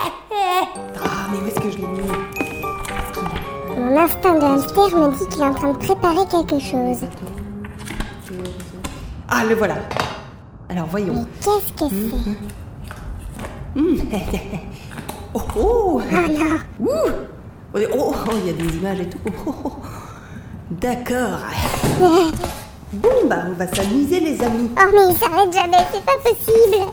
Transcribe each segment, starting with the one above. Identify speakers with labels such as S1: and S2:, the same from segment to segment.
S1: Ah, mais où est-ce que je l'ai mis
S2: Mon instinct de hamster me dit qu'il est en train de préparer quelque chose.
S1: Ah, le voilà. Alors, voyons.
S2: Mais qu'est-ce que c'est
S1: Oh, oh
S2: Oh non
S1: Ouh Oh, oh, oh, il y a des images et tout. Oh, oh, oh. D'accord. Bon, bah, on va s'amuser, les amis.
S2: Oh mais il s'arrête jamais, c'est pas possible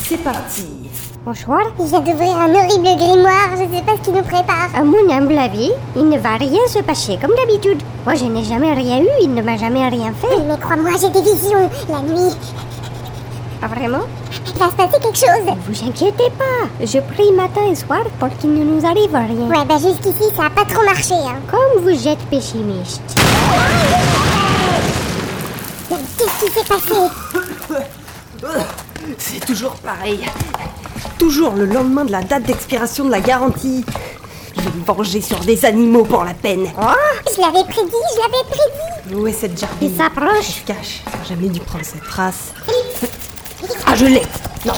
S1: C'est parti.
S3: Bonjour.
S2: Il vient d'ouvrir un horrible grimoire, je sais pas ce qu'il nous prépare.
S3: À mon humble avis, il ne va rien se passer comme d'habitude. Moi, je n'ai jamais rien eu, il ne m'a jamais rien fait.
S2: Oui, Oh, mais crois-moi, j'ai des visions. La nuit,
S3: Pas Ah, vraiment
S2: il va se passer quelque chose.
S3: Ne vous inquiétez pas. Je prie matin et soir pour qu'il ne nous arrive rien.
S2: Ouais, bah jusqu'ici, ça a pas trop marché, hein.
S3: Comme vous êtes pessimiste.
S2: Mais qu'est-ce qui s'est passé
S1: Oh, C'est toujours pareil. Toujours le lendemain de la date d'expiration de la garantie. Je vais me venger sur des animaux pour la peine.
S2: Oh. Je l'avais prédit, je l'avais prédit.
S1: Où est cette jardine
S3: Il s'approche.
S1: Je cache. J'ai jamais dû prendre cette trace. Ah, je l'ai. Non,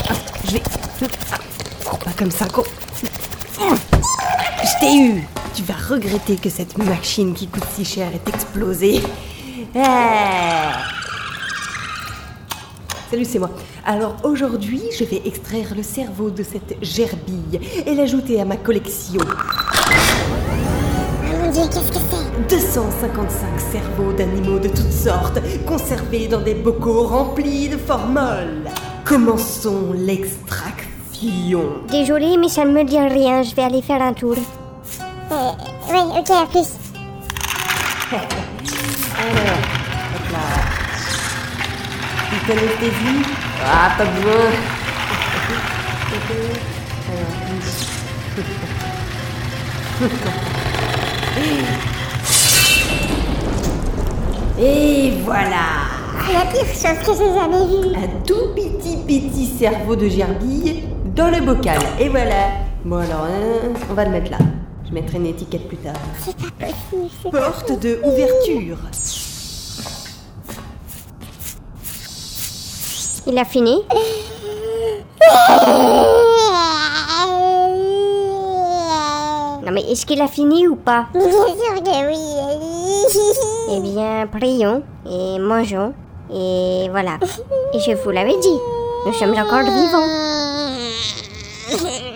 S1: je vais. Ah, Pas comme ça qu'on. Je t'ai eu. Tu vas regretter que cette machine qui coûte si cher ait explosé. Eh. Ah. Salut, c'est moi. Alors aujourd'hui, je vais extraire le cerveau de cette gerbille et l'ajouter à ma collection.
S2: Ah mon dieu, qu'est-ce que c'est
S1: 255 cerveaux d'animaux de toutes sortes, conservés dans des bocaux remplis de formol. Commençons l'extraction.
S3: Désolée, mais ça ne me dit rien. Je vais aller faire un tour.
S2: euh, Ouais, ok, à plus.
S1: Alors, hop là. Tu connais tes vies Ah, pas besoin. Et voilà
S2: Oh, La pire chose que j'ai jamais vue.
S1: un tout petit petit cerveau de gerbille dans le bocal. Et voilà. Bon alors, hein, on va le mettre là. Je mettrai une étiquette plus tard.
S2: C'est pas possible, c'est pas
S1: Porte de ouverture.
S3: Il a fini
S2: possible.
S3: Non, mais est-ce qu'il a fini ou pas
S2: Bien sûr que oui.
S3: Eh bien, prions et mangeons. Et voilà. Et je vous l'avais dit, nous sommes encore vivants.
S2: vivant.